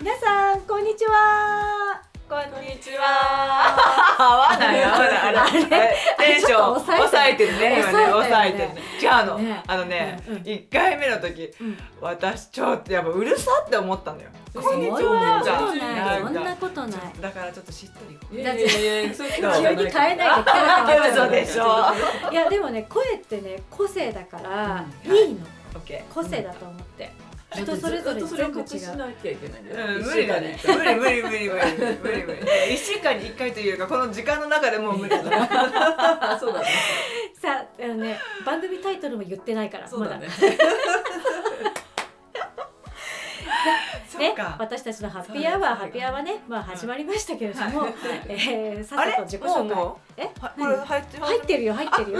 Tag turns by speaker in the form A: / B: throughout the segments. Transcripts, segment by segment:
A: 皆さんこんにちはこんにちは
B: 合わない合わないあれ
A: あ
B: テンション
A: ちょっと
B: 抑
A: 抑
B: えてるね今ね抑
A: 抑
B: え
A: え
B: て
A: たよ
B: るね
A: ね
B: 違うあの
A: ね
B: あのね
A: うんうん
B: 1回目の時
A: うん
B: 私ちょっとやっぱうるさって思ったのよ
A: そ
B: こんに
A: んな
B: ち
A: こ
B: は
A: と
B: じ
A: な
B: ゃ
A: いそ
B: あ
A: ん
B: な
A: なん
B: か
A: ことない
B: だからちょっとしっとり行こう
C: いやいやいやそういうことじゃ
A: 急
C: い
A: に変えないでカラカラ
B: 嘘でしょ
A: いやでもね声ってね個性だから
B: うん
A: いいの
B: オッケ
A: 個性だと思って
C: ずっと
A: 人それぞれ
C: それを
A: 全部違
C: 隠
A: う
C: しなきゃいけないんだ
B: ー
C: よ
B: うん無理だね無理無理無理無理無理無理1週 間に1回というかこの時間の中でもう無理だね
C: あそうだね
A: さああのね番組タイトルも言って ないから
C: そうだ
A: ま
C: ね
A: だ
B: そ
A: ね
B: うか
A: 私たちのハッピーアワーハ
B: そうだ
A: ッピーアワーねまあ始まりましたけれども
B: はい
A: えーさ
B: あ
A: っさと
B: れ
A: 自己
B: もう
A: 紹介
B: もう
A: え
B: はこれ入って
A: 入ってるよ入ってるよ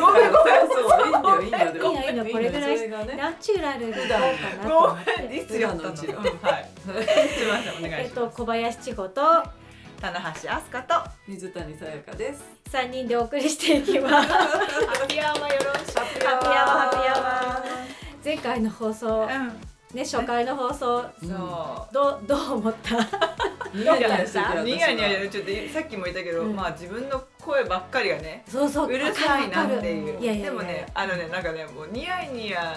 B: ごめんごめん
C: そういいんだよいいんだよ
A: いいのいいのこれぐらい
C: それがね
A: ナチュラルにいこうかなと
B: ご
A: 思っ
B: めん
A: て。
B: いつやったの
C: 普段のうち
B: うん
C: だ
B: はいすいませんお願
A: え
B: い
A: っ
B: しま
A: と
B: す
A: 小林千穂と
B: 棚橋飛鳥と
C: 水谷さやかです
A: 三人でお送りしていきます。
B: ハッピーアワーよろしく。ハッ
A: ピーアワーハッピーアワ前回の放送ね初回の放送
B: うん。そ
A: どうどう思った？
C: ニ
A: ヤニ
C: ヤニ
A: ヤ
C: ヤ
A: し
C: して
A: て
C: て
A: 私
B: う。ニヤニヤちょっとさっきも言ったけど、
A: うん
B: まあ自分の声ばっかりがね、
A: そうそうう。
B: るさいなって
A: わかる
B: い
A: わか
B: う。
A: るいやいやいや
B: でもね、あのねなんかねもうニヤニヤ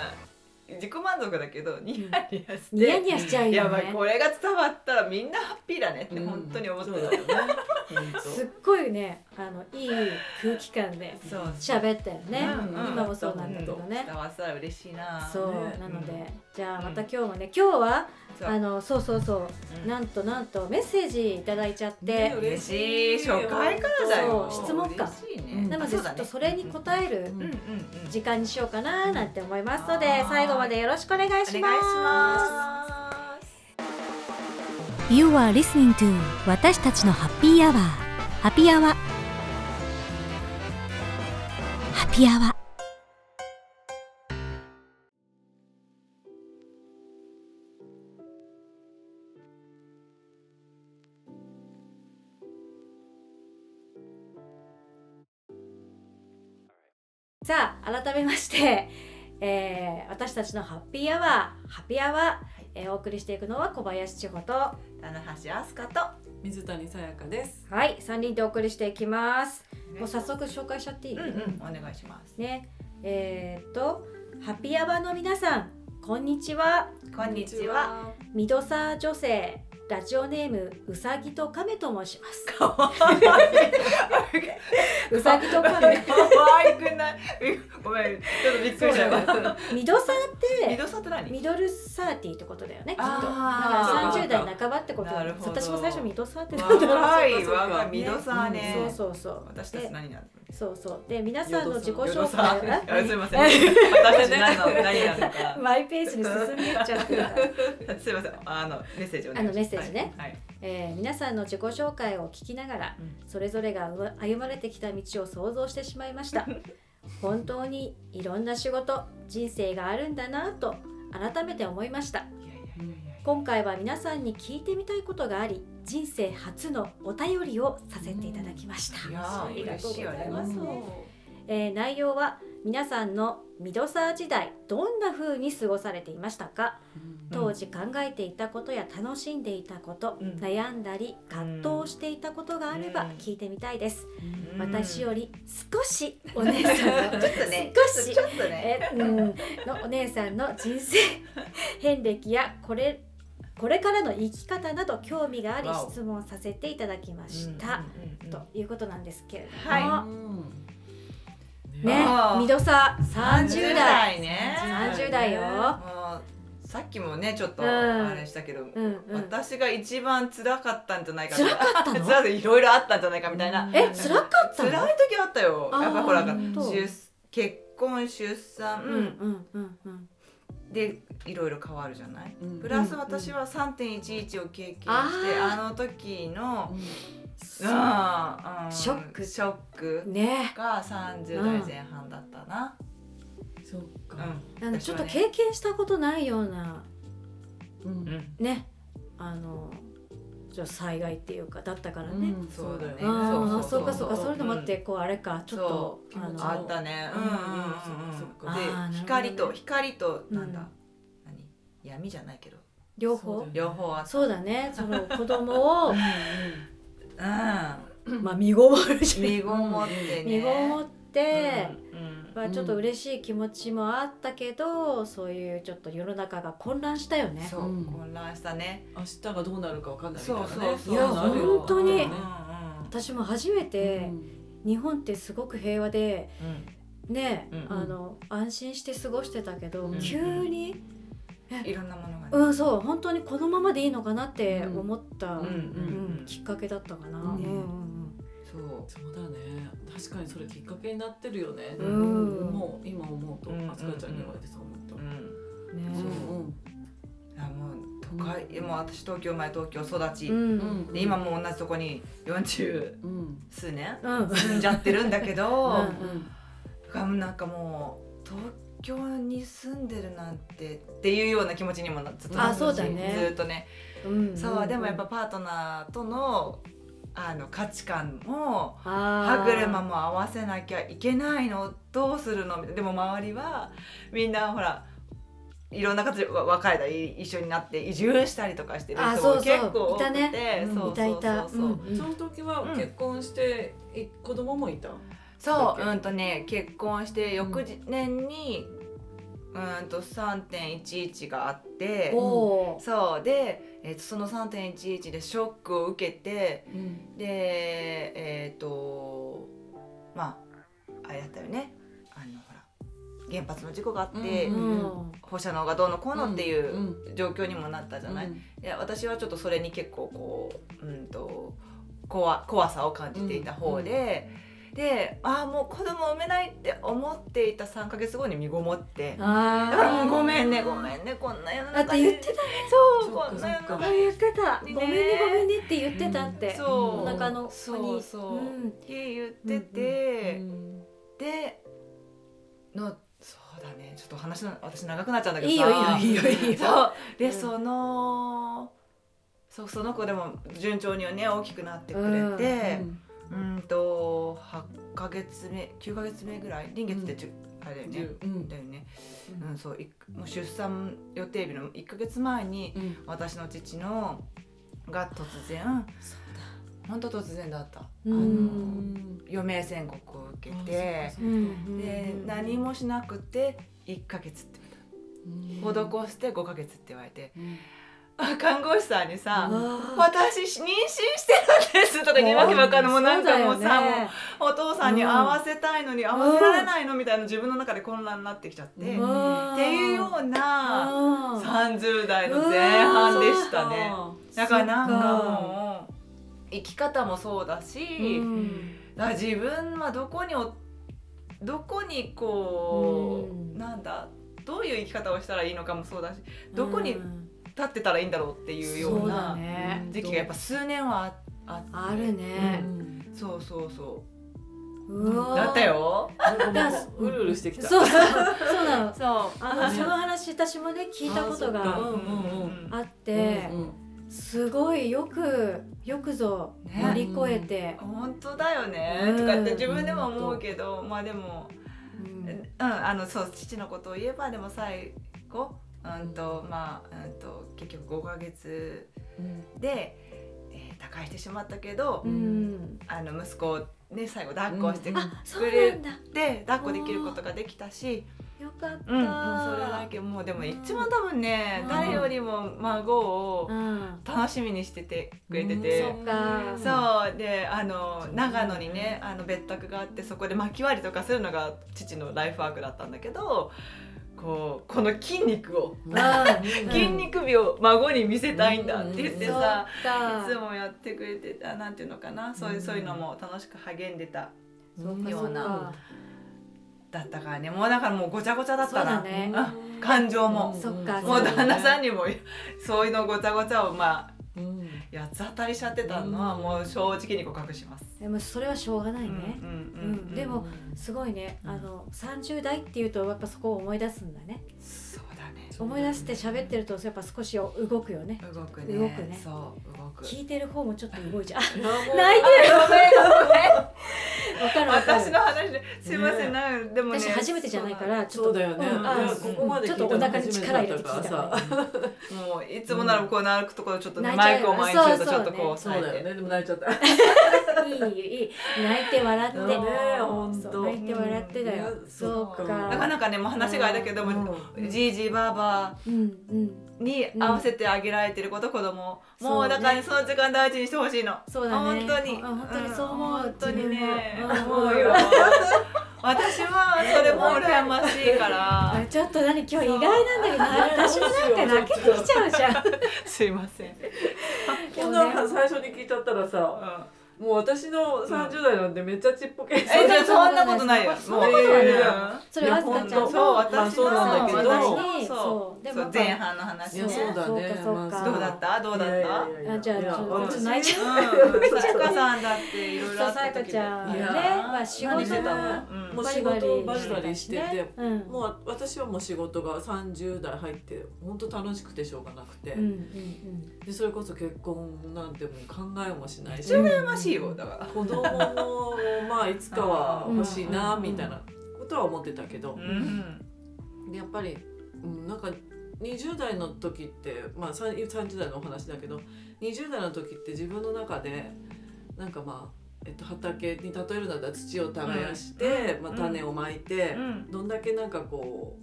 B: 自己満足だけどニヤニヤして。
A: ニヤニヤしちゃう
B: や
A: よ
B: ばい
A: ね。
B: これが伝わったらみんなハッピーだねって本当に思ってた、
C: そうだよね本当
A: すっごいねあのいい空気感で
B: そう
A: 喋ったよね。
B: うんうん
A: 今もそうなんだけどね。
B: 伝わったら嬉しいな
A: そう
C: ね
A: なの
B: う
A: で
B: ん
A: じゃあまた今日もね今日は
B: そう
A: あのそうそうそううんなんとなんとメッセージいただいちゃって
C: ね。
B: 嬉しい初回からだよ
A: そう質問か
B: 嬉しいね
C: うん
A: なのでちょっとそれに答える
B: うんうんうん
A: 時間にしようかななんて思いますので、
B: うん
A: 最後までよろしくお願いし
B: お
A: ます。
B: 願いします。
D: You are listening to 私たちのハッピーアワーハピアワハピアワ
A: さあ改めまして、えー私たちのハッピーアワーハッピーアワー、えーお送りしていくのは小林千穂とは
B: 棚橋飛鳥と、
C: 水谷さやかです
A: い3人でお送りしていきます。もう早速紹介しちゃっていい、
B: うんうんお願いします。
A: ねえーっとハッピーアワーの皆さんこんにちは
B: こんに ちは。
A: ミドサー女性ラジオネームうさぎと亀と申します。うさぎと亀
B: 可愛くない。ごめんちょっとびっくりし
A: そう
B: た。
A: ミドサーって
B: ミドサって何？
A: ミドルサーティーってことだよねきっとだか
B: あー
A: ら30代半ばってことだよね
B: なるほど
A: 私も最初ミドサーティーなんだろう
B: 若
C: そう
B: い
C: かそうか
B: 若いミドサね。
A: そうそうそう
B: 私たち
A: で
B: 何なの？
A: そうそうで皆さんの自己
B: ミド
A: 紹
B: サ
A: 介
B: あすみ
A: を
B: ません。私たち何なの何なの
A: あ
B: か。
A: マイページに進んでいっちゃってるから、
B: すみませんあのメッセージお願
A: あの
B: いします。
A: メッセージね
B: はい。はい
A: えー皆さんの自己紹介を聞きながら
B: うん
A: それぞれが歩歩まれてきた道を想像してしまいました 本当にいろんな仕事人生があるんだなぁと改めて思いました
B: いやいやいやいや。
A: 今回は皆さんに聞いてみたいことがあり人生初のお便りをさせていただきました、
B: いや
A: ありがとうございます
C: 嬉しいよね
A: えー内容は皆さんのミドサー時代どんな風に過ごされていましたか
C: うん
A: 当時考えていたことや楽しんでいたこと、
B: うん
A: 悩んだり葛藤していたことがあれば
B: うん
A: 聞いてみたいです、
B: うん
A: 私より少しお姉さんの
B: ちょっとね、
A: 少し
B: ちょっとね、
A: えうんのお姉さんの人 生遍歴やこれこれからの生き方など興味があり
B: わお
A: 質問させていただきました、
B: うんうんうんうん
A: ということなんですけれども、
B: は
C: うん
A: ね
B: わお
A: ミドサ30代
B: ね
A: 30代よ、
B: もうさっきもねちょっと
A: うん
B: あれしたけど、
A: うんうん、
B: 私が一番辛かったんじゃないか
A: 辛かったの
B: 辛いいろいろあったんじゃないかみたいな、
C: うん
A: え辛かった
B: 辛
A: の
B: い時あったよ
A: あー
B: やっぱほら
C: 本当
B: 出結婚出産、
A: うんうんうんうん
B: でいろいろ変わるじゃない
C: うん
B: プラス私は3.11を経験して、
A: あー
B: あの時の、うんうん
A: ショック
B: ショック
A: ね
B: が30代前半だったな、
C: そっ
B: う
C: か
B: ん
A: あのちょっと
B: 私はね
A: 経験したことないような
C: うん
A: ねあのちょっと災害っていうかだったからね、
C: うんそうだよね
A: ああーそ
B: そ
A: う
B: そうそう
A: うかそうかそういうのもあって、
B: う
A: こうあれかちょっと
C: そう
A: あ
C: 気持ち
A: の
C: が
B: あったねう
C: うんん
B: うんうん
C: そっかそっ
B: う
C: か
B: ん
A: あ
B: で
A: ーなるほどね
B: 光と光となんだ、
A: うん
B: 何闇じゃないけど
A: 両方
C: そうだよ
B: 両方あっ
A: そうだねその子供を
B: た
A: まあ身ごもる
B: う
A: し
B: ん身ごもってね
A: 身ごもって、
B: うん
A: まあ、ちょっと嬉しい気持ちもあったけど、そういうちょっと世の中が混乱したよね
B: そう
C: うん
B: 混乱したね
C: 明日がどうなるかわかんないみたいなね
B: そうそうそう
C: いや本当
A: ね
C: に
B: うんうん
A: 私も初めて、日本ってすごく平和で
B: うん
A: ね、
B: うん
A: あの安心して過ごしてたけど、
C: うん
A: 急に、
B: いろんなもの
A: う
B: が
A: ん
B: ね
A: そう本当にこのままでいいのかなって
C: うん
A: 思った、
B: うんうん
A: うん
B: うん
A: きっかけだったかな。
C: うん
A: うんうん
B: そう
C: そうだね確かにそれきっかけになってるよね、
A: うん
C: もう今思うと、
B: うん
C: あすかちゃんに言われてそう思った、
B: うん
A: うんね
C: そう、うん
B: いやもう都会もう私東京生まれ東京育ち
A: うん
C: うん
B: で今もう同じとこに40
C: うん
B: 数年
A: うんうん
B: 住んじゃってるんだけ
A: う
B: ど
A: ん
B: がなんかもう東京に住んでるなんてっていうような気持ちにもなずっとなって
C: あ
B: る
C: そうだね
B: しずっとね、
A: うん
B: そうでもやっぱパートナーとのあの価値観も歯
A: 歯
B: 車も合わせなきゃいけないのどうするのでも周りはみんなほらいろんな形でわ別れたり一緒になって移住したりとかしてる
A: あ
B: 人
A: そうそ
B: も
A: う
B: 結構多くて
A: いたね
B: そうそうそうそう
A: いたいたうんうん
C: その時は
B: うん
C: 結婚して、い子供もいた、
B: そううんとね結婚して翌年に、うん、と3.11があって
A: おー
B: そうで、えー、とその3.11でショックを受けてでえっ、とまああれだったよねあのほら原発の事故があって、
C: う
A: うんん
B: 放射能がどうのこうのってい
C: ん
B: う状況にもなったじゃない、
C: うん
B: で私はちょっとそれに結構こう、うん、と怖怖さを感じていた方で、でああもう子供産めないって思っていた3か月後に身ごもってだから
A: あ
B: も
A: ー
B: うごめんねごめんねこんな世の
A: だっ
B: 中
A: て
B: に
A: 言ってた
B: そう
C: そっか
B: こんな世の
C: そっ
B: 中
C: か
A: あ言ってた
B: ね
A: ごめんねごめんねって言ってたって
B: そう
A: お腹の子
B: そう
A: に
B: そう、
A: うん
B: って言ってて、
C: うん
B: でのそうだねちょっと話の私長くなっちゃうんだけど
A: いい
B: さ
A: よい いよいいよいいよ
B: そうで、
A: うん
B: そのそうその子でも順調にはね大きくなってくれてうんと8ヶ月目9ヶ月目ぐらい臨月ってちゅ、あれだよね
C: 十うん
B: だよね、うん、そういもう出産予定日の1ヶ月前に
C: うん
B: 私の父のが突然本当突然だった、
A: う
B: あの
A: ん
B: 余命宣告を受けて
C: あそっかそっ
A: う
C: か
A: んうん
B: で何もしなくて1ヶ月って
C: うん
B: 言われた施して5ヶ月って言われて
C: うん
B: あ看護師さんにさ、
A: あ
B: 私妊娠してるんですとか言うわけわかんないもうなんかもう
A: そ
B: さ
A: うだよね
B: もうお父さんに会わせたいのに会わせられないのみたいな自分の中で混乱になってきちゃって、
C: う
B: っ
C: ん
A: あー
B: ていうような
A: あー
B: 30代の前半でしたねだからなんかもう生き方もそうだし、
A: うん
B: だから自分はどこにおどこにこう、
A: うん
B: なんだどういう生き方をしたらいいのかもそうだしどこに立ってたらいいんだろうっていうよ
A: そううだ
B: な
A: ね
B: 時期がやっぱ数年はああ
A: ある
C: うん
A: ね
B: そうそうそう
A: わ
B: う
A: ー
B: だったよ
C: な
A: い
C: ん
A: や
C: かもううるうるしてきた
A: そうそうそう なの
B: そ
A: あの
C: ね
A: その話私もね聞いたこと
C: あーそっ
A: が
C: か
B: うんうんう
C: うん
B: ん
A: あって
C: うんうん
A: すごいよくよくぞ
B: ね
A: 乗り越えて
B: 本当だよね、
A: うん
B: とかって自分でも思うけどまあでも
A: うん
B: うん、あのそう父のことを言えばでも最後うんとまあ、うん、と結局5ヶ月で、えー、他界してしまったけど、
A: うん
B: あの息子を、ね、最後抱っこして
C: うん
B: く
A: あそうなんだ
B: れて、抱っこできることができたし、
A: よかった
B: うんそれだけもうでも一番多分ね、
A: うん
B: 誰よりも孫を
A: うん
B: 楽しみにしててくれてて。
A: うんそうか
B: そうであの長野にねあの別宅があってそこで薪割りとかするのが父のライフワークだったんだけどこうこの筋肉を
A: あ
C: うん
B: 筋肉美を孫に見せたいんだって言って
A: そう
B: さ、
A: か
B: いつもやってくれてたなんていうのかなそういううんそういうのも楽しく励んでた
A: そうか
B: よ
A: そう
B: うな
A: か
B: だったからねもうだからもうごちゃごちゃだっ
A: そう
B: た
A: だ
B: な、
A: ね
B: うん感情も、
A: そっか
B: もう旦那さん
C: に、
B: にもそういうのごちゃごちゃをまあ
C: うん
B: 八つ当たりしちゃってたのは
C: うん
B: もう正直に告白します。
A: でもそれはしょうがないね
B: うんう
A: う
B: ん
A: んでもすごいね
B: うん
A: あの30代っていうとやっぱそこを思い出すんだね
B: そうだね
C: そう
A: 思い出して喋ってるとやっぱ少し動くよね
B: 動くね
A: 動くね
B: そう動く
A: 聞いてる方もちょっと動いちゃう
C: 泣いて
A: 泣いてる
B: ごめんごめん
A: わかるわか
B: 私
A: る
B: の話ですいませ
C: ね
B: ん、なんでもね
A: 私初めてじゃないからちょ
C: そ
A: っ
C: う
A: と
C: だよね。
A: うんあ
C: いやここまで
A: ち
C: 聞
A: ょったと
C: い
A: お
C: の
A: 腹
C: 初
A: に
C: めて
A: 力
C: だっ
A: 入れ
C: た
A: て聞い
C: から
A: たから
C: さ。
B: もういつもならこうなるところちょっとね
A: 泣いちゃう
B: マイクを前にするとちょっと
A: そ
B: こ
A: う
B: う
C: そうだよね。でも泣いちゃった。
A: いいいい泣いて笑って、
C: うんねほんと
A: そう泣いて笑ってだよ、
C: うん
A: そう
C: そうか
B: なか
A: か
B: なかねもう話があれだけども、
C: うん
B: じいじばあば
A: うんうん
B: に合わせてあげられてること子供、
A: うん
B: もうだからね
A: そ
B: その時間大事にしてほしいの
A: そうだね
B: 本当に
A: うん本当にそう思う、
B: ん本当にね
A: 自分も
B: 思うよ 私はそれも羨ましいか
A: あ
B: ら
A: ちょっと何今日意外なんだけど私なんか泣けてきちゃうじゃ ん
B: すいません、うん
C: こんなの最初に聞いちゃったらさ、もう私の三十代なんてめっちゃちっぽけ。
B: えでもそんなことないよ
A: そんなことない
C: よ
B: もう
A: それはあずかちゃん
C: いやほん
B: そ
C: と
A: の
B: う
C: まあ
B: 私
C: そ
B: の
C: うなんだけど
B: 私の
A: そ
B: そうう
A: でも
B: そう前半の話ね
C: いやそうだね。
A: そうかそうか
C: まあ
B: どうだったどうだった
C: いやいやいや
A: あじゃあ
C: いや
A: ちょっと
C: 私
A: ちょっと泣いちゃ
B: うん、さやかさんだっていろい
A: そ
B: ろあ
A: う
B: った
A: さやか
B: 時
A: ちゃんね
C: いや
A: まあ仕事
B: 何してた
A: が
B: の、うん
C: もう
A: バ
C: 仕
A: リバリ
C: 事バリバリして
A: だ
C: て
A: ね。うん
C: もう私はもう仕事が30代入って本当楽しくてしょうがなくて、
A: うんうんうん
C: でそれこそ結婚なんてもう考えもしないし、
A: うん
B: 羨ましいよだから
C: 子供もまあいつかは欲しいなみたいなことは思ってたけど、
B: うん
C: でやっぱり、うん、なんか20代の時って、まあ、さん30代のお話だけど20代の時って自分の中でなんかまあ、えっと、畑に例えるなら土を耕して、
B: うん
C: まあ、
B: うん
C: 種をまいて、
B: うん
C: どんだけなんかこ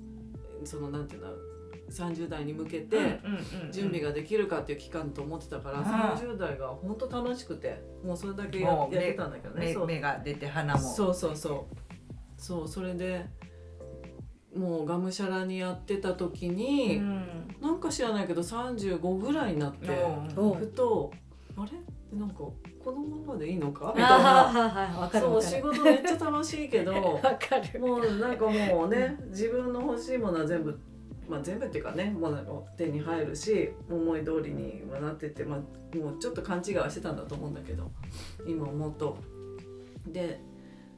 C: うそのなんていうの30代に向けて。準備
B: が
C: ができるかっていう期間と思ってたから、
B: うん
C: 30代が本当楽しくてもうそれだけやや
B: も
C: っ
B: う目
C: てたんだけどね
B: 目
C: そう
B: 目が出て鼻も
C: そうそうそうそうそれでもうがむしゃらにやってた時
B: う
C: に、
B: ん
C: なんか知らないけど35ぐらいになって、
A: おう
C: ふとあれなんかこのままでいいの
A: あ
C: かみたいな。
A: ーはいはいわかる
C: そ
A: わ
C: う
A: か
C: 仕
A: る
C: 事めっちゃ楽しいけど
A: わかる
C: もうなんかもうね自分の欲しいものは全部、まあ、全部っていうかねもうなんか手に入るし思い通りにはなってて、まあ、もうちょっと勘違いはしてたんだと思うんだけど今思うと。で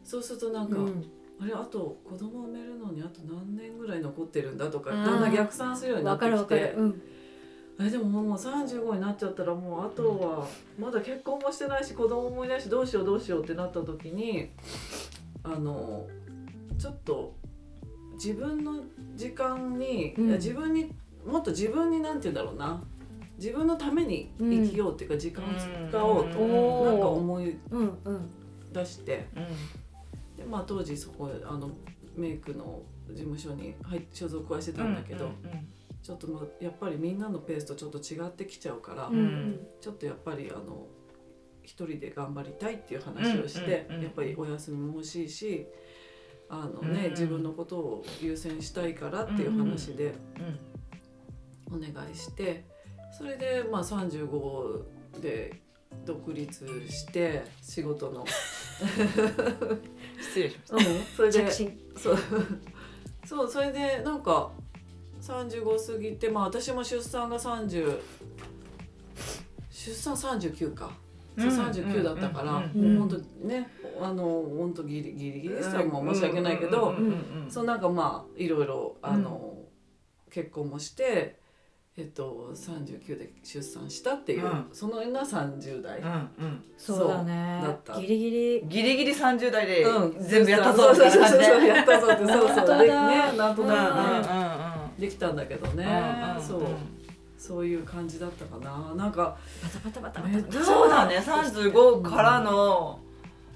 C: そうするとなんか、
A: うん
C: あれあと子供を産めるのにあと何年ぐらい残ってるんだとか
A: あー
C: だんだん逆算するようにな
A: わ
C: って
A: かるわ
C: き
A: かる
C: て
A: うん
C: えでももう35になっちゃったらもうあとはまだ結婚もしてないし子供もいないしどうしようどうしようってなった時にあのちょっと自分の時間に、
A: うん
C: いや自分にもっと自分になんて言うんだろうな自分のために生きようっていうか時間を使おうと、
A: うんおー
C: なんか思い
A: うんうん
C: 出して。
B: うん
C: でまあ当時そこあのメイクの事務所に入って所属はしてたんだけど、ちょっとまあやっぱりみんなのペースとちょっと違ってきちゃうから、
A: うんうん
C: ちょっとやっぱりあの一人で頑張りたいっていう話をして、
B: うんうんうん
C: やっぱりお休みも欲しいしあの、ね
B: うんうん
C: 自分のことを優先したいからっていう話でお願いしてそれでまあ35で独立して仕事の。
B: 失礼しまし
C: それで
A: 着信
C: そう そうそれでなんか35過ぎてまあ私も出産が30出産39か、そう
B: うん
C: 39だったから、
B: うん
A: うんうん
C: もう本当ねあの本当ギリギリギリでしたらもう申し訳ないけど、
A: ん
C: そのなんかまあいろいろあの、結婚もして。えっと、39で出産したっていう、
B: うん
C: そのような30代
B: うんうん
A: そうだ
C: そうだ
A: ね
C: った
A: ギリギリ
B: ギリギリ30代で
C: うん、
B: 全部やったぞみたいな感じで
C: そうそうそうそうやったぞってそう
A: 本当
C: そう
A: だ
C: でねなんと
B: うんうん
C: なくね、
B: うん
C: できたんだけどね、
B: うん
C: そうそういう感じだったかななんか
A: バタバタバタバ
C: め
A: タ
C: っちゃ
B: そうだね35からの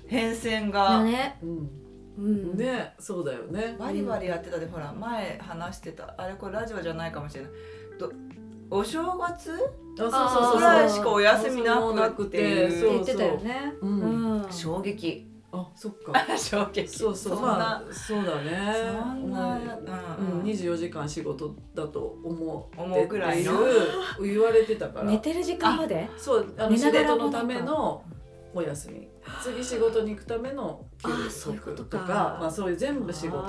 B: 変遷
A: だ
B: が
A: ね
C: うん
A: うん
C: ねそうだよね
B: バリバリやってたでほら前話してたあれこれラジオじゃないかもしれないどお正月
C: あそうそうそう
B: ぐらいしかお休みな
C: お休みもな
B: くっ
C: く
B: て
C: て
B: いう
C: そう
A: 言ってたよね
C: う
A: うん
C: ん
B: 衝撃
C: あそっか
B: 衝撃
C: そうそう
B: そん
C: ま
B: な
C: あそうだね
B: そんな
C: う
B: うん
C: ん、24時間仕事だと思って
B: 思うくらいの
C: っていう言われてたから
A: 寝てる時間まで
C: そうあの
A: 寝
C: 仕
A: ながら
C: 事
A: も
C: のためのお休み次仕事に行くための休
A: あそういうこ
C: 息
A: と
C: と
A: か
C: かまあ、そういう全部仕事に絡め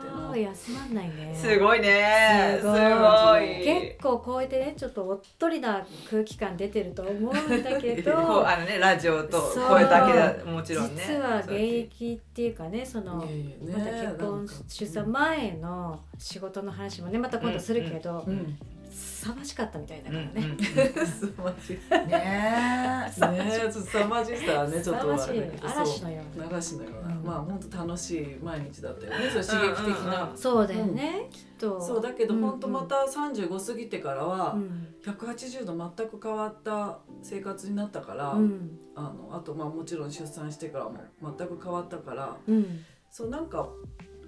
C: ての
A: あー休まんないね
B: すごいね
A: す
B: す
A: ご
B: ご
A: い
B: い
A: 結構こうやってねちょっとおっとりな空気感出てると思うんだけ ど
B: こうあのねラジオと
A: そう
B: 声だけでもちろんね
A: 実は現役っていうかねその
C: いやいや
A: また結婚
C: なんか
A: 出産前の仕事の話もねまた今度するけど、
C: うん
A: 凄まじかったみたいだからね、
C: すまじい。
B: ねえ
C: ねえ、すまじさはね、ちょっ
A: 凄
C: と
A: ま
C: あ
A: じ
C: れ
A: い
C: だけど。
A: 嵐
C: そう
A: のような
C: 流しのような、
A: うん
C: まあ本当楽しい毎日だったよね。そう刺激的
B: うんうん
C: な
B: うん。
A: そうだよね、きっと
C: そうだけど、
A: ん
C: 本当また35過ぎてから
A: う
C: は
A: ん
C: 180度全く変わった生活になったから、
A: うん
C: あのあとまあもちろん出産してからも全く変わったから
A: うん
C: そうなんか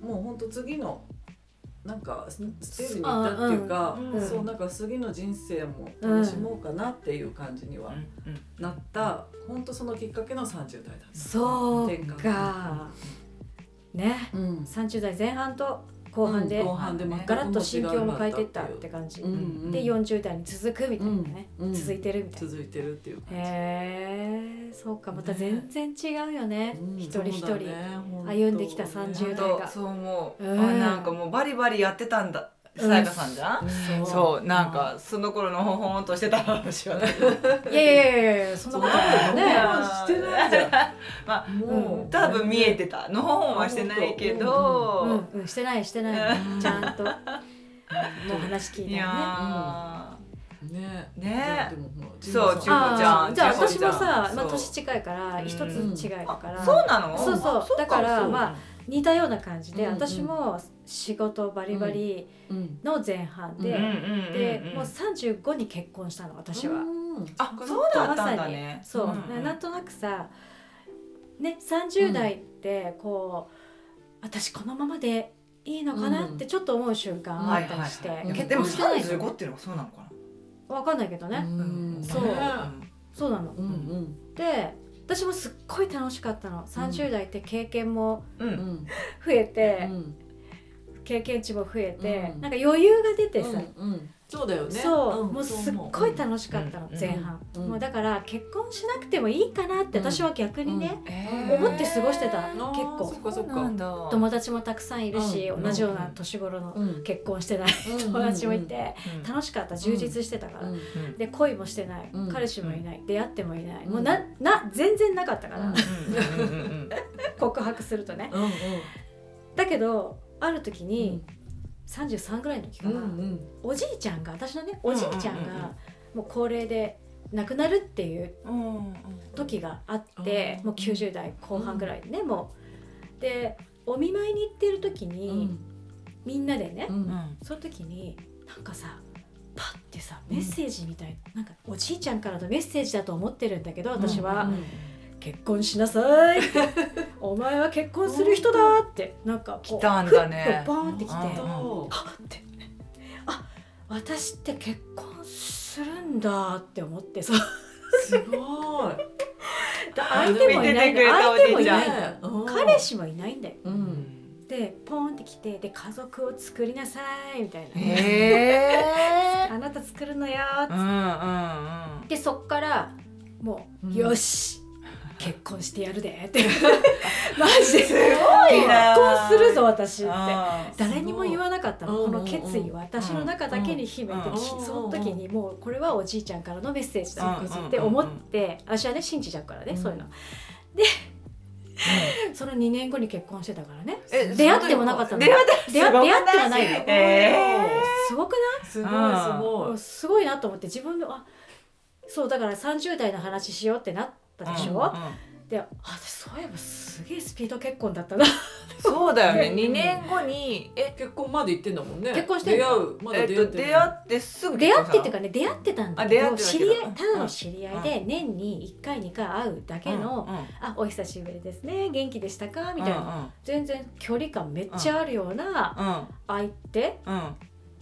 C: もう本当次のなんかスステージに行ったっていうか、
B: うん
C: そうなんか次の人生も楽しもうかなっていう感じには
B: うん
C: なった、本当そのきっかけの30代だった。
A: そう
C: 転
A: か
C: 換
A: ね
C: うん
A: 30代前半と後半で、
C: うん後半で全く
A: ガラッと心境も変えてったっ
C: 違う
A: て感じ、
C: うんうん
A: で40代に続くみたいなね、
C: うんうん
A: 続いてるみたいな、
C: 続いてるっていう感じ。
A: へえそうかまた全然違うよね
C: うん
A: 一人一
C: そうだ
A: 人、
C: ね
A: 歩んできた
C: 本当
A: 30
B: 本
A: 代
B: 当
A: が
B: そう思う、
A: うん
B: あなんかもうバリバリやってたんだ
A: うん
B: さやかさんじゃん、
C: うん
B: そうなんかその頃のほほんとしてた話は ない
A: いやいやいやいやそんな
C: そん
A: こ
C: な
A: と
C: こ
A: ないよ
C: とね
A: ね
C: してないじゃ
B: まあ
C: んもう
B: 多分見えてたのほほんはしてないけど、
A: うん、うん、してないしてない
C: うん
A: ちゃんともう話聞い
B: い
A: たよね
B: や
C: ね
B: ーね
C: でもほら
B: そう
C: ジム
B: ち
C: さん
B: もちゃ
A: あ
B: ん
A: ーじゃあ
B: ちもちゃん
A: 私もさ、まあ、
B: そう
A: 年近いから
B: うん
A: 一つ違いだか
B: あ
A: ら、
B: そうなの
A: そうそう
B: あ
A: だからまあ似たような感じで、
C: うんうん
A: 私も仕事バリバリ
C: うん
A: の前半で、
C: う
B: うんうんうん
A: でもう35に結婚したの私は。
C: うん
B: あそうだったんだね
A: そう、
B: うんうん
A: なんとなくさね30代ってこう、私このままでいいのかなってちょっと思う瞬間あ
B: はい
A: った
B: は
A: り
B: い
A: して、
B: はい、
A: 結
B: でも
A: 婚してないの
B: 35っていうのがそうなのかな
A: わかんないけどね、
C: うん
A: そう
C: ね
A: そうなの
C: う。んうん
A: で私もすっごい楽しかったの30代って経験も
B: うんう
C: うん
B: ん
A: 増え
C: う
A: て、
C: ん
A: 経験値も増えて、
C: うん
A: なんか余裕が出てさ、
C: うんうんそうだよね
A: そう、
C: ん
A: もうすっ
C: 思
A: ごい楽しかったの、
B: うん
A: 前半、
C: うん
A: もうだから結婚しなくてもいいかなって私は逆にね、
B: えー
A: 思って過ごしてた
C: あ
A: 結
C: ー
A: 構
C: そっかそ
B: そ
C: っ
B: うな
C: か
B: んだ
A: 友達もたくさんいるし、
C: うん
A: 同じような年頃の
C: うん
A: 結婚してない
C: うん
A: 友達もいて、
B: うん
A: 楽しかった充実してたから、
C: うん
A: で恋もしてない、
C: うん
A: 彼氏もいない出会ってもいない、
C: うん
A: もうなな全然なかったから、
C: うん
B: うんうんうんうん
A: 告白するとね
C: うんうん
A: だけどある時に、33ぐらいの時か
C: うん
A: な、
C: うん
A: おじいちゃんが私のねおじいちゃん
B: うんうんうん
A: がもう高齢で亡くなるっていう
B: うん
A: 時があって、
C: うん
A: もう90代後半ぐらいね、もうでお見舞いに行ってる時に、みんなでね、
C: うん
A: その時になんかさパッてさメッセージみたいななんかおじいちゃんからのメッセージだと思ってるんだけど私は「
C: うん
A: 結婚しなさい」 って「お前は結婚する人だ」ってなんかこう
B: 来たんだ
A: ふ
B: ね
A: っとバーンってきて「
B: うん
A: は
C: そ
A: っ」って「あ私って結婚するんだ」って思ってそう
C: うすごい
A: 相手もいないんだ
B: 見ててくれたお
A: 相手も
B: じ
A: い
B: いちゃ
A: なんいんだよ
C: うん
A: 彼氏もいないんだよ
C: う
B: うんん
A: でポーンって来てで家族を作りなさいみたいな
B: へえ
A: 「あなた作るのよ」
B: うんうんうん
A: でそっからもう、
C: うん
A: よし結婚してやるで ってマジです
B: ごいな
A: 結婚するぞ私って
B: あー
A: 誰にも言わなかったの
C: すご
A: こ
C: い
A: の決
C: うんうん
A: 意
C: う
A: を私の中だけに秘めて、
B: うんうん
A: その時にもうこれはおじいちゃんからのメッセージだ
B: うんうんうん
A: って思って私はね信じちゃうからね、
C: うん
A: そういうのその2年後に結婚してたからね
B: え
A: 出会ってもなかったの
B: 出会って
A: 出会
B: すご
A: 出
B: く
A: 会ってはないの
B: え
A: すごく
C: すごいす
A: な
C: ご
A: い
C: い
A: すごいなと思って自分のあそうだから30代の話しようってなった
B: ー
A: でしょ、
B: うんうん
A: であ私そういえばすげえスピード結婚だったな
B: そうだよね
C: う
B: 2
C: ん
B: 年後にえ
C: 結婚まで行ってんだもんね
A: 結婚してん
C: 出
A: だ
C: 会うまだ
B: え
C: 出
B: っ
C: 会っ
B: と
C: てる
B: 出会ってすぐ
A: 出
B: 結
A: 会っ
B: 婚し
A: って
B: てた
A: いうかね出会ってたんだ
B: あ
A: け
B: 出会
A: ど
B: ってた
A: 知
B: け
A: り合
B: ど
A: いただの知り合いで年に1回2回会うだけの
B: うんうん
A: 「あお久しぶりですね元気でしたか?」みたいな
B: うん
A: 全然距離感めっちゃあるような
B: うん
A: 相手
B: うんうん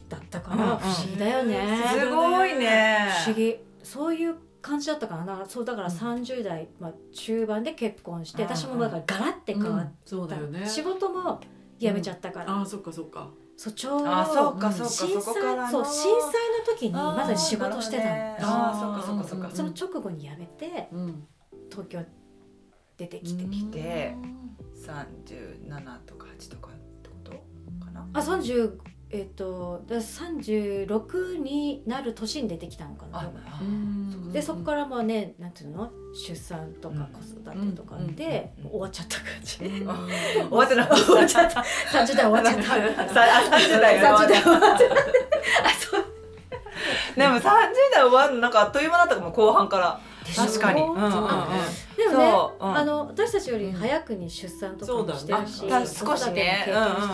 A: だったか
B: うんう
A: ら
B: ん
A: 不思議だよ
C: うん
A: ね
B: すごいね
A: 不思議そういう感じだったからなそうだから30代、まあ、中盤で結婚して
B: うん
A: 私もだからガラッて変わっ
C: そう
A: た
C: だよね
A: 仕事も辞めちゃったから、
C: あーそっかそっか
A: そうちょうど
B: あそうかそうか
A: 震災
B: そこからの
A: そう震災の時にまだ仕事してたの、
B: あー
C: あー
B: なるほどねあーそっかそっかそっか
A: その直後に辞めて
C: うん
A: 東京出てき
C: 来
A: て、
C: て
B: き
C: き
B: て
C: て
B: 37とか8とかってことかな
A: あ三十えっ、とだ三十六になる年に出てきたのかな
C: うん
A: でそこからもうねなんていうの出産とか子育てとかで、
B: うんうん
A: 終わっちゃった感じ、
C: うん
B: 終わってなかった
A: 終わっちゃった30代終わっちゃった
B: さあ30代よ
A: 30代終わっちゃったあそう
B: でも30代終わるのなんかあっという間だったかも後半から
A: しょ
B: 確かに、うんうんうん、
C: そうだね
A: でもね、
B: そううん
A: あの私たちより早くに出産とかもしてるし、
C: そう
B: だねあ
A: 子育ても経験し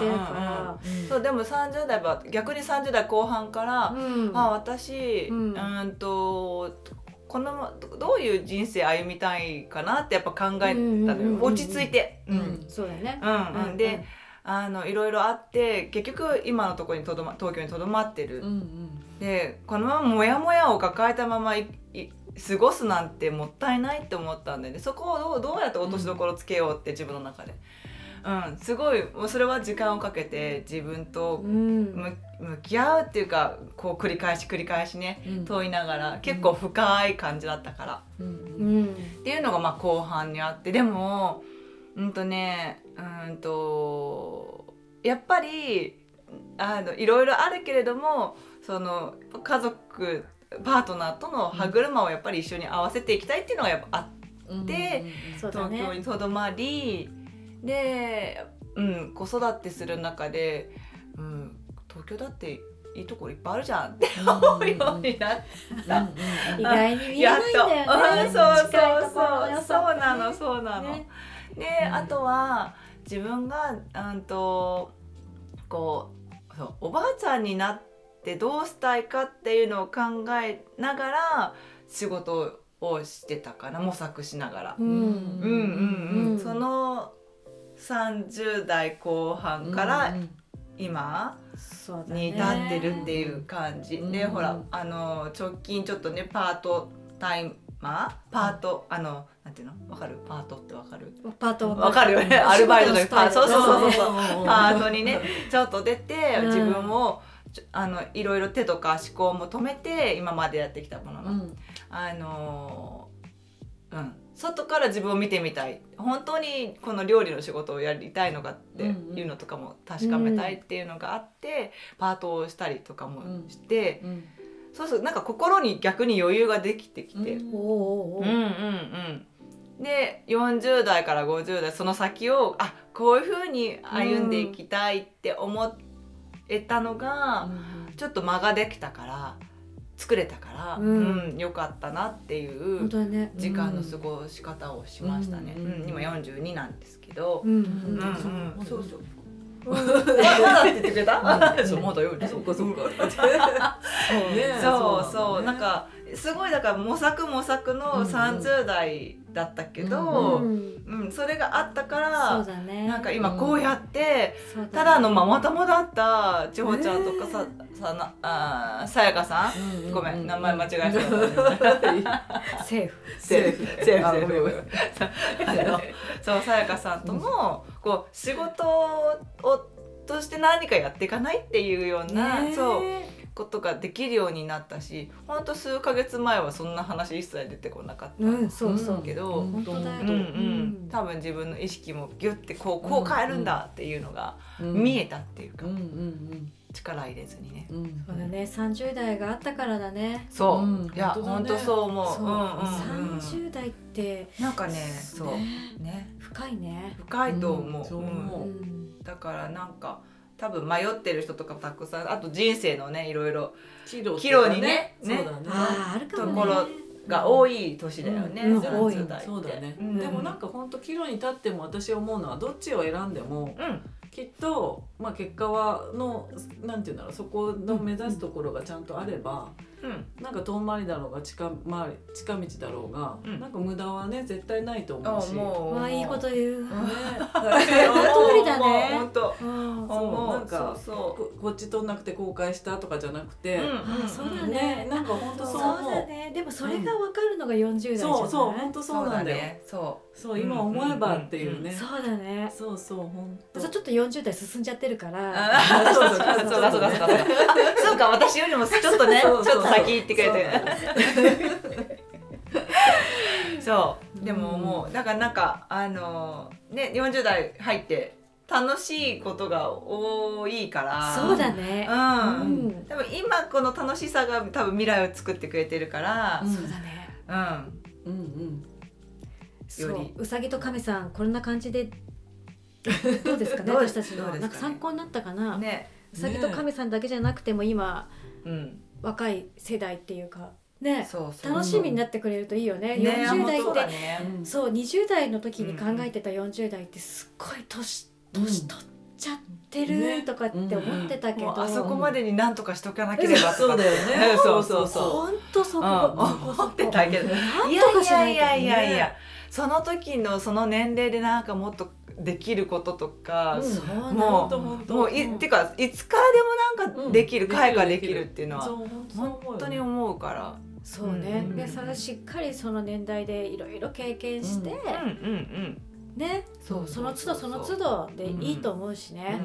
A: てるか
B: そうでも30代は逆に30代後半から、
A: ら、うん
B: あ私、
A: う
B: うんん、とこのまどういう人生歩みたいかなってやっぱ考えた
A: うんうんう
B: の
A: んうん
B: よ落ち着いて。うん
C: うん
A: そうだよね。
B: うんうん、
A: うんうん
B: であのいろいろあって結局今のところにとど、ま、東京にとどまってる、でこのままモヤモヤを抱えたままいい過ごすなんてもったいないって思ったんで、ね、そこをどうどうやって落としどころつけようって自分の中で、うん、すごいもうそれは時間をかけて自分と
A: うん、
B: 向向き合うっていうかこう繰り返し繰り返しね
C: うん
B: 問いながら結構深い感じだったから、
C: うん
A: うん、
B: っていうのがまあ後半にあってでもうんとねうんとやっぱりあのいろいろあるけれどもその家族パートナーとの歯車をやっぱり一緒に合わせていきたいっていうのがやっぱあっ
C: うん
B: で
A: そうだ
B: 東京
A: ね。
B: にとどまり、で、うん、子育てする中で、うん、東京だっていいところいっぱいあるじゃんって思うようになって、
C: うん
A: 意外に見えな
B: やっ
A: いんだ
B: と、
A: よ
B: う
A: ね。
B: ん、そうそう
A: 近いところの
B: そ
A: 良
B: う
A: さ
B: そうなのそうなの。
A: ね
B: で、
C: うん
B: あとは自分がうんとこうそうおばあちゃんになってどうしたいかっていうのを考えながら仕事をしてたかな模索しながら
A: う。ん、
B: うんうんうん
A: うん
B: その30代後半から今
A: そうだね。
B: に至ってるっていう感じ、
C: うん
B: でほ
C: う
B: ら
C: ん
B: あの直近ちょっとねパートタイマーパート、あのなんていうのわかるパートってわかる
A: パート
B: わかるよね アルバイトのパートそうそうそうそうパートにねちょっと出て
A: うん
B: 自分もちょあのいろいろ手とか思考も止めて今までやってきたものの、あのーうん外から自分を見てみたい本当にこの料理の仕事をやりたいのかっていうのとかも確かめたいっていうのがあって、パートをしたりとかもして、そうそうなんか心に逆に余裕ができてきて、
A: おおお
B: うんうんうん、で40代から50代その先をあこういうふうに歩んでいきたいって思えたのが、ちょっと間ができたから作れたから、
A: う
B: うんんよかったなってい
A: お。本
B: う
A: 当だね。
B: 時間の過ごし方をしましたね。
C: う
B: うんん今42なんですけ ど、
A: うん
B: うん
A: うん
B: うん、
C: そ
B: そうう
C: そ
B: そうう。まだって言ってくれた？
C: ん
B: そうまだよ。
C: そうかそうか。
A: ね
B: そう
C: そうなんだ
B: そう
C: ね
B: なんかすごいだから模索模索の30代だったけ
A: う
B: ど、
A: ん
B: うんそれがあったか
A: そう
B: ら
A: だね。
B: なんか今こうやって
A: そうだね
B: ただのママ友だった千穂ちゃんとかささなあーさやかさんごめん名前間違えた
A: セーフ。
C: セーフ
B: セーフ
C: あごめんごめん
B: あの そうさやかさんともこう仕事をとして何かやっていかないっていうような、そうことができるようになったしほんと数ヶ月前はそんな話一切出てこなかった、
A: うんそうそう
B: けど、
C: う
B: うんん
A: 本当だ
B: う
A: よ。
B: ん
A: うん
B: 多分自分の意識もギュッてこうこう変えるんだっていうのが見えたっていうか、
C: うんうん
B: 力入れずにね。
C: うんうん
A: そうだね。三十代があったからだね。
B: そう、
C: うん
B: いや
C: 本当だね
B: 本当そう思う
A: そう。
B: うんうんう
A: 三
B: ん
A: 十代って
B: なんかねそう
A: ね
B: ね
A: 深いね。
B: 深いと思う,、
C: うんそう
B: うん
C: 思う
B: だからなんか多分迷ってる人とかたくさんあと人生のねいろいろ
C: キロ
B: 岐路にね
C: そうだ
B: ね
C: ね
A: あああるかもね。
B: ところが多い年だよね、
A: うん
B: 30
A: 多い
B: 代って
C: そうだね、
B: うん
C: でもなんか本当岐路に立っても私思うのはどっちを選んでも
B: うん
C: きっと、まあ、結果はのなんていうんだろうそこの目指すところがちゃんとあれば、
B: うん
C: なんか遠回りだろうが近回り近道だろうが、
B: うん
C: なんか無駄はね絶対ないと思
B: あ
C: うし。
B: もう
A: わあいいこと言う。
C: ね
A: 通りだね
B: 本当
A: うん
C: そう
B: 思う
C: なんか
B: そうそう
C: ここっち取んなくて後悔したとかじゃなくて、
A: あそうだ
C: ねなんか本当
A: そ
C: そうう思う
A: だね。でもそれがわかるのが40代じゃない。
C: そうそう本当そうなんだよ
B: そ
C: そう今思えばっていうね、
A: そうだね。
C: そうそう本当
A: 私はちょっと40代進んじゃってるか
B: う
A: ら。
B: あ
C: そう
B: そう
C: そう
B: かそうかそうかそうかあそうか私よりもちょっとねち
C: そ
B: ょ
C: う
B: っ
C: そうそう
B: と先行ってくれてそうでももうだからなんかあのね40代入って楽しいことが多いから
A: そうだね。
B: う
A: うんん。
B: 多分今この楽しさが多分未来を作ってくれてるから
A: そうだね。
B: うん
C: うんうん
A: そ
B: よ
A: う
B: り
A: うさぎと亀さんこんな感じ でどうですかね
B: どうで
A: 私
B: す
A: たちの、
B: どうですかね
A: なんか参考になったかな、
B: ね
A: うさぎと亀さんだけじゃなくても今
B: うん
A: 若い世代っていうかね
B: そうそう
A: 楽しみになってくれるといいよね
B: ね
A: 40代
B: 本当
A: っ
B: だ
A: て
B: ね
C: うん
A: そう20代の時に考えてた40代ってすっごい年
C: うん
A: 年取っちゃって
C: うん
A: る
C: ね
A: とかって思ってたけど、
B: もうあそこまでになんとかしとかなければとか
C: そうだよね
B: そうそうそう
A: ほんとそこ
B: うん思ってたけど
A: なん
B: い
A: と
B: や
A: か
B: い
A: しな
B: や
A: い
B: い
A: と
B: やいやいやその時のその年齢でなんかもっとできることとか、
C: うん
A: そうなんだ
B: も
C: 本当本当
B: もうい、
A: うん
B: てかいつからでもなんかできる、
C: うん
B: 会ができるっていうの
C: そう
B: は本
C: 本
B: 当に思うから、
A: そうね、
C: うん
A: でそれしっかりその年代でいろいろ経験して、
C: うん
B: うんうん
A: ね
C: そう
A: その都度その都度でいいと思うし
B: うん、
A: ね、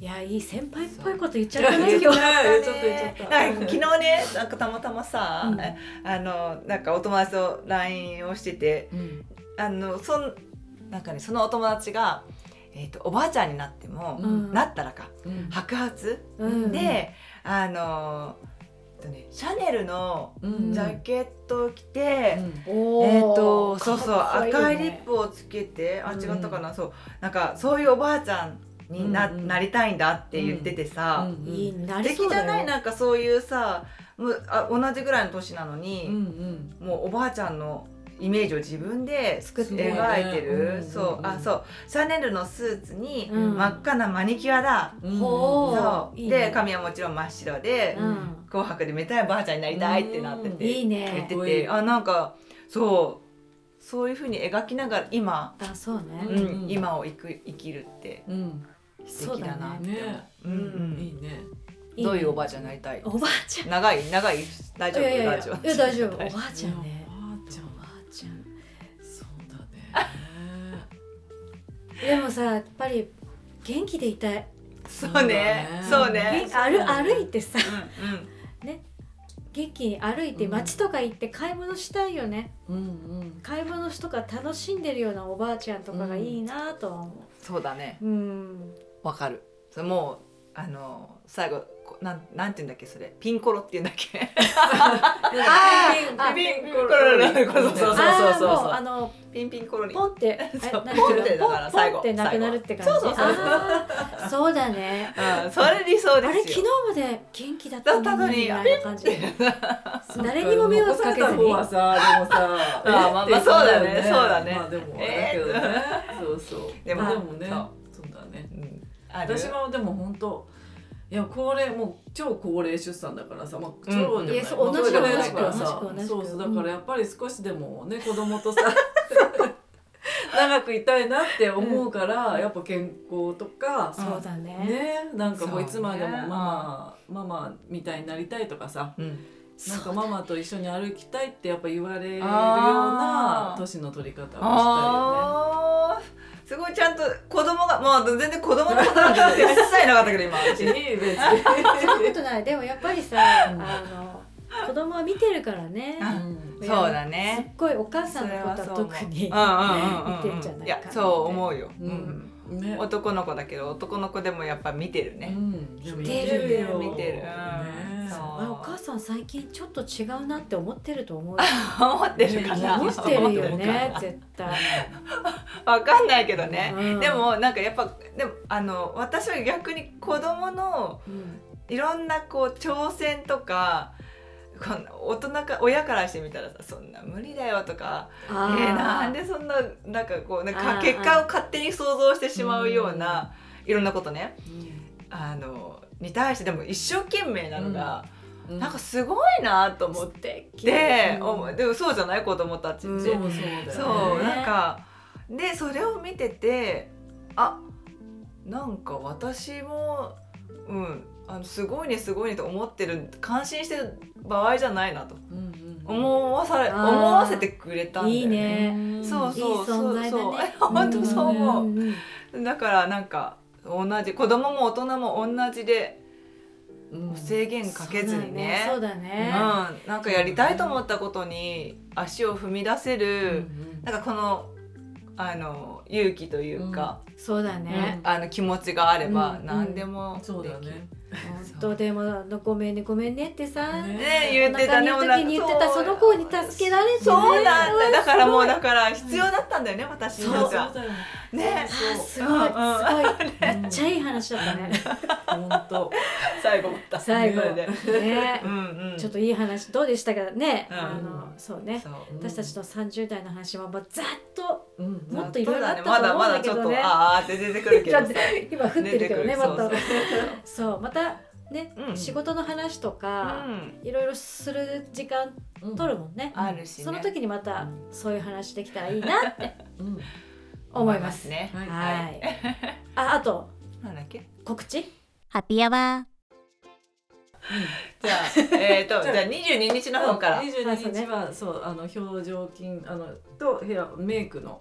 C: ん
A: いやいい先輩っぽいこと言っちゃ
C: 言
A: ったね
C: っち
A: 今
C: ゃっ
A: 日
C: た
B: だ
C: ね
B: ね
C: 言っちゃった言っちゃった
B: なんか昨日ねなんかたまたまさ、
A: うん
B: あのなんかお友達と LINE をしてて
C: うん
B: あのそんなんかねそのお友達が、えー、とおばあちゃんになっても、
A: うん
B: なったらか
C: うん
B: 白髪、
A: うん
B: であの、えっとね、シャネルの
C: うん
B: ジャケットを着て、
A: おー
B: えっ、とそうそう
A: かっこいいね
B: 赤いリップをつけてあ
C: う
B: 違
C: ん
B: ったかな、そうなんかそういうおばあちゃんにな,、
C: うんうん
B: なりたいんだって言っててさ、
C: うん
A: いいなり
B: 敵
A: そう
B: じ
A: だ
B: ゃ
A: よ
B: ないなんかそういうさもうあ同じぐらいの年なの
C: う
B: に、
C: んうん
B: もうおばあちゃんのイメージを自分で作って描いて
C: すごいね
B: る、
C: うん
B: そうあそうシャネルのスーツに
A: うん
B: 真っ赤なマニキュアだ、
C: うん
A: ほおー
B: そう
A: いいね
B: で髪はもちろん真っ白で、
A: うん
B: 紅白でめたいばあちゃんになりたいってなって
C: うん
B: て、
A: いい
B: 言っ
A: ね
B: て
C: かってこいい
B: あなんかそうそういうふうに描きながら今、
A: あそうね、
B: うん
C: んうん
B: 今を生く生きるって
C: うん
B: 素敵だなって思う
C: そうだね
B: うんうん
C: いいね
A: いいね
B: どういうおばあちゃんになりたい
A: おばあちゃん
B: 長い長い大丈夫
A: いやいやいや
B: ラジオ
A: いや大丈夫おばあちゃんね
C: おばあちゃ
A: おば
C: ん
A: あちゃん
C: そうだね
A: でもさやっぱり元気でいたい
B: そうねそうね
A: 元気歩歩いてさ
B: うんうん
A: 元気に歩いて
C: うん
A: 街とか行って買い物したいよね、
C: うん うん
A: 買い物とか楽しんでるようなおばあちゃんとかがいいなとは思
B: そうだね
A: ううん
B: わかるそれもうあの最後こなんなんて言うんだっけそれピンコロって言うんだっけあ
A: あ
B: ーピンコロリそうそ
A: あ
B: うそうそう
A: ー
B: そう
A: もうあの
B: ピンピンコロリ
A: ポン ってあれ
B: そう
A: 何
B: ポンってだから
A: ポン
B: 最
A: ポ
B: 後
A: ンってなくなるって感じ
B: 最後そうそうそう
A: あーそうだね
B: うんそれ理想
A: あ
B: ですよ
A: れ昨日まで元気だったのにみ
B: だ
A: た
B: っ
A: いな感じ 誰にも迷惑かけずに
C: 残された方は
B: あ
C: さでもさ
B: ーまあまあそうだね
C: えって
B: そうだね
C: まあでも
B: えー
C: だけどねそうそう
B: で
C: で
B: も
C: もでもね
B: そ
C: そうだね
B: うんある
C: 私はでも本当いや高齢もう超高齢出産だからさ、まあ、超でも
B: うん
C: ない
A: いやそう
B: 同じ
C: まあ高齢だからさ
A: 同じく同じく
C: そうそうだか
A: うん
C: らやっぱり少しでもね子供とさ長くいたいなって思うから、やっぱ健康とか
A: そうだね
C: ねなんか
B: そう
C: こ
B: ね
C: ういつまでもママ、ママみたいになりたいとかさ
B: うん
C: なんかママと一緒に歩きたいってやっぱ言われるよう
B: あ
C: な
B: ー
C: 年の取り方をしたいよね。
B: あーすごいちゃんと子供がまあ全然子供のことなんて一切なかったけど今
C: 別に別
A: そんなことないでもやっぱりさあ
C: うん
A: の子供は見てるからね
B: あ
C: に
B: そうだ
A: すっ
B: ね
A: ごいお母さ
B: そ
A: んの
B: れ
A: こ
B: は
A: と
B: そう
A: は
B: 思う
A: 特に
B: うんうんうんうん
A: 見てんじゃないかなって
B: やそう思うよ、うん
C: うんね
B: 男の子だけど男の子でもやっぱ見てるね、
C: 見
A: てるよ
B: 見てる
C: ね
B: そう
A: あれお母さん最近ちょっと違うなって思ってると思うよ
B: 思ってるかな
A: 思
C: ね
A: ってるよ
B: 思って
A: ね絶対
B: わかんないけどね、
A: うん
B: でもなんかやっぱでもあの私は逆に子供の
A: うん
B: いろんなこう挑戦とかこんな大人か親からしてみたらさそんな無理だよとかえ
A: あー
B: ー、なんでそんななんかこうなん
A: あ
B: か
A: ー
B: 結果を勝手に想像してしまうようないろんなことねあのに対してでも一生懸命なのが、
C: う
B: なんかすごいなと思っ
A: 敵
B: て、
A: うん
B: おでもそうじゃない子供たちって。
A: うん
C: そうそうだ
B: そ
C: よ
B: う
A: ね
B: なんかでそれを見ててあなんか私もうんあのすごいねすごいねと思ってる感心してる場合じゃないなと
C: うんうん
B: 思わされ
A: あ
B: 思
A: ー
B: わせてくれたんだよね。
A: いいね
B: そうそうそう
A: いい存在だね
B: そう本当そう思う。
A: んん
B: だからなんか同じ子供も大人も同じで
C: うん
B: 制限かけずにね。
A: そうだ
B: う
A: ね
B: ん、なんかやりたいと思ったことに足を踏み出せる、なんかこのあの勇気というか、
A: そうだね
B: あの気持ちがあれば
C: うん
B: 何でもでき
C: そうだね
A: 本当でもあのごめんねごめんねってさ、
C: ね
B: ね
A: お
B: 言ってた
A: 腹に
B: ね
A: いる時に言ってたその子に助けられてね
B: そうなんだだからもうだから必要だったんだよね私に
C: そう
B: とって
C: そう
B: は
C: だよ
B: ね
A: あすごい
B: うんうん
A: すごいめっちゃいい話だったね
C: 本当
B: 最後また
A: 最後
B: ね
A: ね
B: うんうん
A: ちょっといい話どうでしたかね、
B: うん
A: あのそうね
B: そう
A: 私たちの30代の話もまあざっと
C: うんうん
A: もっといろいろあったと
B: まだ
A: 思うん
B: ま
A: だ
B: だ
A: け
B: ちょっ
A: ど
B: と
A: ね
B: あーって出てくるけどさ
A: 今降ってるけどね
B: 出てく
A: またそうまたね、
B: うん
A: 仕事の話と
B: う
A: か、
B: ん
A: いろいろする時間取るもんね、
B: あるしね
A: その時にまたそういう話できたらいいなって
C: うん
A: 思い ます。
B: ね
C: はい
A: はい。あ、あと
B: なんだっけ
A: 告知。
D: ハッピーアワー
B: じゃ あえっとじゃあ22日の方から
C: 二十二日はそうあの表情筋あのとヘアメイクの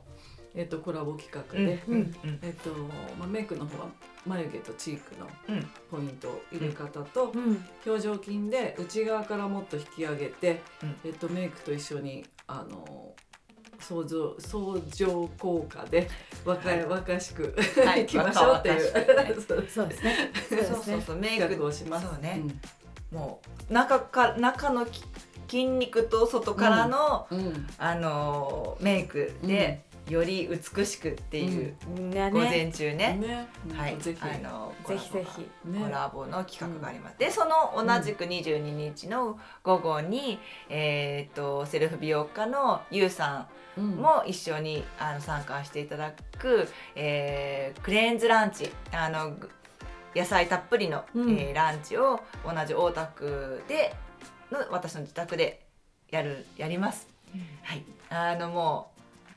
C: えっとコラボ企画で、
A: うん
B: うん
C: えっとまあメイクの方は眉毛とチークの
B: うん
C: ポイントを入れ方と
A: うん。
C: 表情筋で内側からもっと引き上げて、
B: うん
C: えっとメイクと一緒にあの相乗相乗効果で若い、
B: はい
C: 若しく、
B: は い
C: いきましょうっていう。
B: 若々しくね
C: そう
A: そうですね。そうで
B: そう
A: す
B: そう
A: ね。
B: そうメイ
C: 企画
B: ク
C: をします。
B: そうねもう中か中のき筋肉と外からの、
C: うん。うん。
B: あのーメイクで、より美しくっていう、
A: ね
B: 午
A: ね。
B: 前中ね
C: ね。
B: はい
C: ぜひ。
B: あのー
A: ぜひぜひ。
B: コ
C: ね。
B: ラボの企画があります、でその同じく22日の午後に、えーっとセルフ美容家のゆうさ
C: うん
B: んも一緒にあの参加していただく、えークレーンズランチあのぐ野菜たっぷりの、
A: うん
B: えーランチを同じ大田区での私の自宅でやるやります。はい、あのも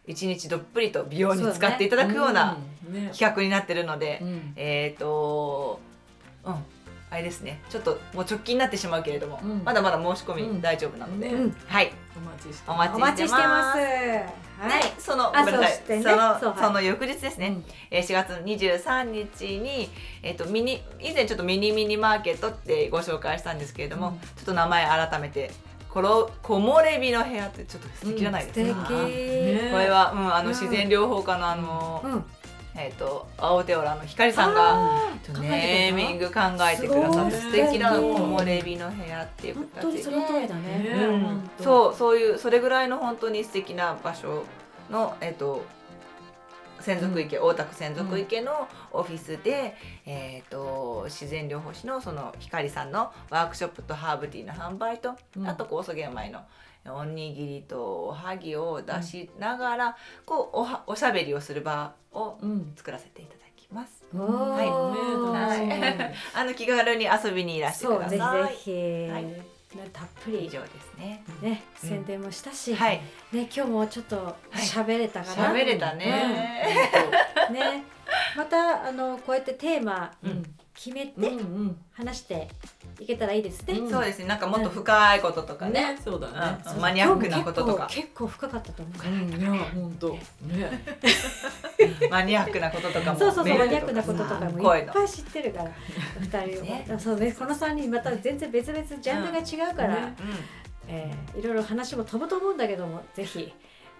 B: う一日どっぷりと美容に使っていただくような
C: うんね。
B: 企画になってるので、
C: うん
B: えっ、とうんあれですねちょっともう直近になってしまうけれども、
C: うん
B: まだまだ申し込み大丈夫なので、
C: ね
A: うん。
B: はい
C: お待ちして
B: お待
A: お待ちしてます。
B: は
A: はいい。
B: その
A: あ
B: ごめんなさい
A: そしてね
B: その
A: そうはい
B: その翌日ですね、えー4月23日に、えー、とミニ以前ちょっとミニミニマーケットってご紹介したんですけれども、
C: うん
B: ちょっと名前改めてころこもれ日の部屋ってちょっと素敵じゃない
A: 素
B: です
A: 敵
B: か、。
C: ね
B: これは、うん、あ
A: うん
B: の自然療法家のあの、
A: うん。
B: えっ、と青テオラの光さんが
A: あー
B: ネーミン。
A: 考
B: グ考えてくださって
C: す
B: 素
C: ごい
B: 敵な木漏れ日の部屋ってい
A: え
B: う
A: てた本当
B: 形で
A: にその通りだ
C: ね
A: ね。
B: う
C: 本
B: ん、
C: 当
B: そうそういうそれぐらいの本当に素敵な場所のえっと専属池、大田区専属池のオフィスで、えっと自然療法士のその光さんのワークショップとハーブティーの販売と、
C: うん
B: あと酵素玄米のおにぎりとおはぎを出しながら、こうおはおしゃべりをする場を
C: うん。
B: 作らせていただきます。
A: お
B: はい
A: お。
B: ね楽しみあの気軽に遊びにいらしてく
A: そ
B: だ
A: う
B: さい。
A: ぜひぜ
B: はい
A: ひ。ねたっぷり
B: 以上ですね。
A: ね
B: うん
A: 宣伝もしたし。
B: はい。
A: ね今日もちょっと喋れたかな。
B: 喋れたね。
A: ね、またあのこうやってテーマ
B: うん
A: 決め
C: うん
A: て話していけたらいいですね。
C: うん
B: そうですね。なんかもっと深いこととかね。
C: ね。そうだね。
B: うんマニアックなこととか
A: 結構結構深かったと思うか
C: う
A: ら。
C: ん、いや、本当。ね。
B: マニアックなこととかも。
A: そうそうそう
B: メー
A: マ
B: ル
A: ニアックなこととか
B: さ
A: も
B: 声
A: いっ
B: の。
A: ぱい知ってるから二人
B: ね
A: をそうねこの三人また全然別々ジャンルが違うから、
C: うんね
A: えーいろいろ話も飛ぶと思うんだけどもぜひ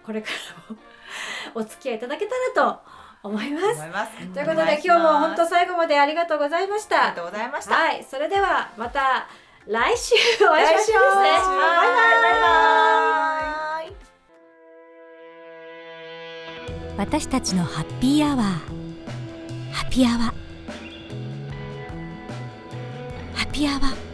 A: これからも お付き合いいただけたらと思いま
B: うん。
A: す
B: 思います。
A: ということで今日も本当
B: あ
A: 最後までありがとうございまし
B: り
A: た
B: がとうございました。
A: はい、それではまた来週お会いしましょう。
B: バイ
A: バイバイ
B: バイバイ。
D: 私たちのハッピーアワーハッピーアワーハッピーアワー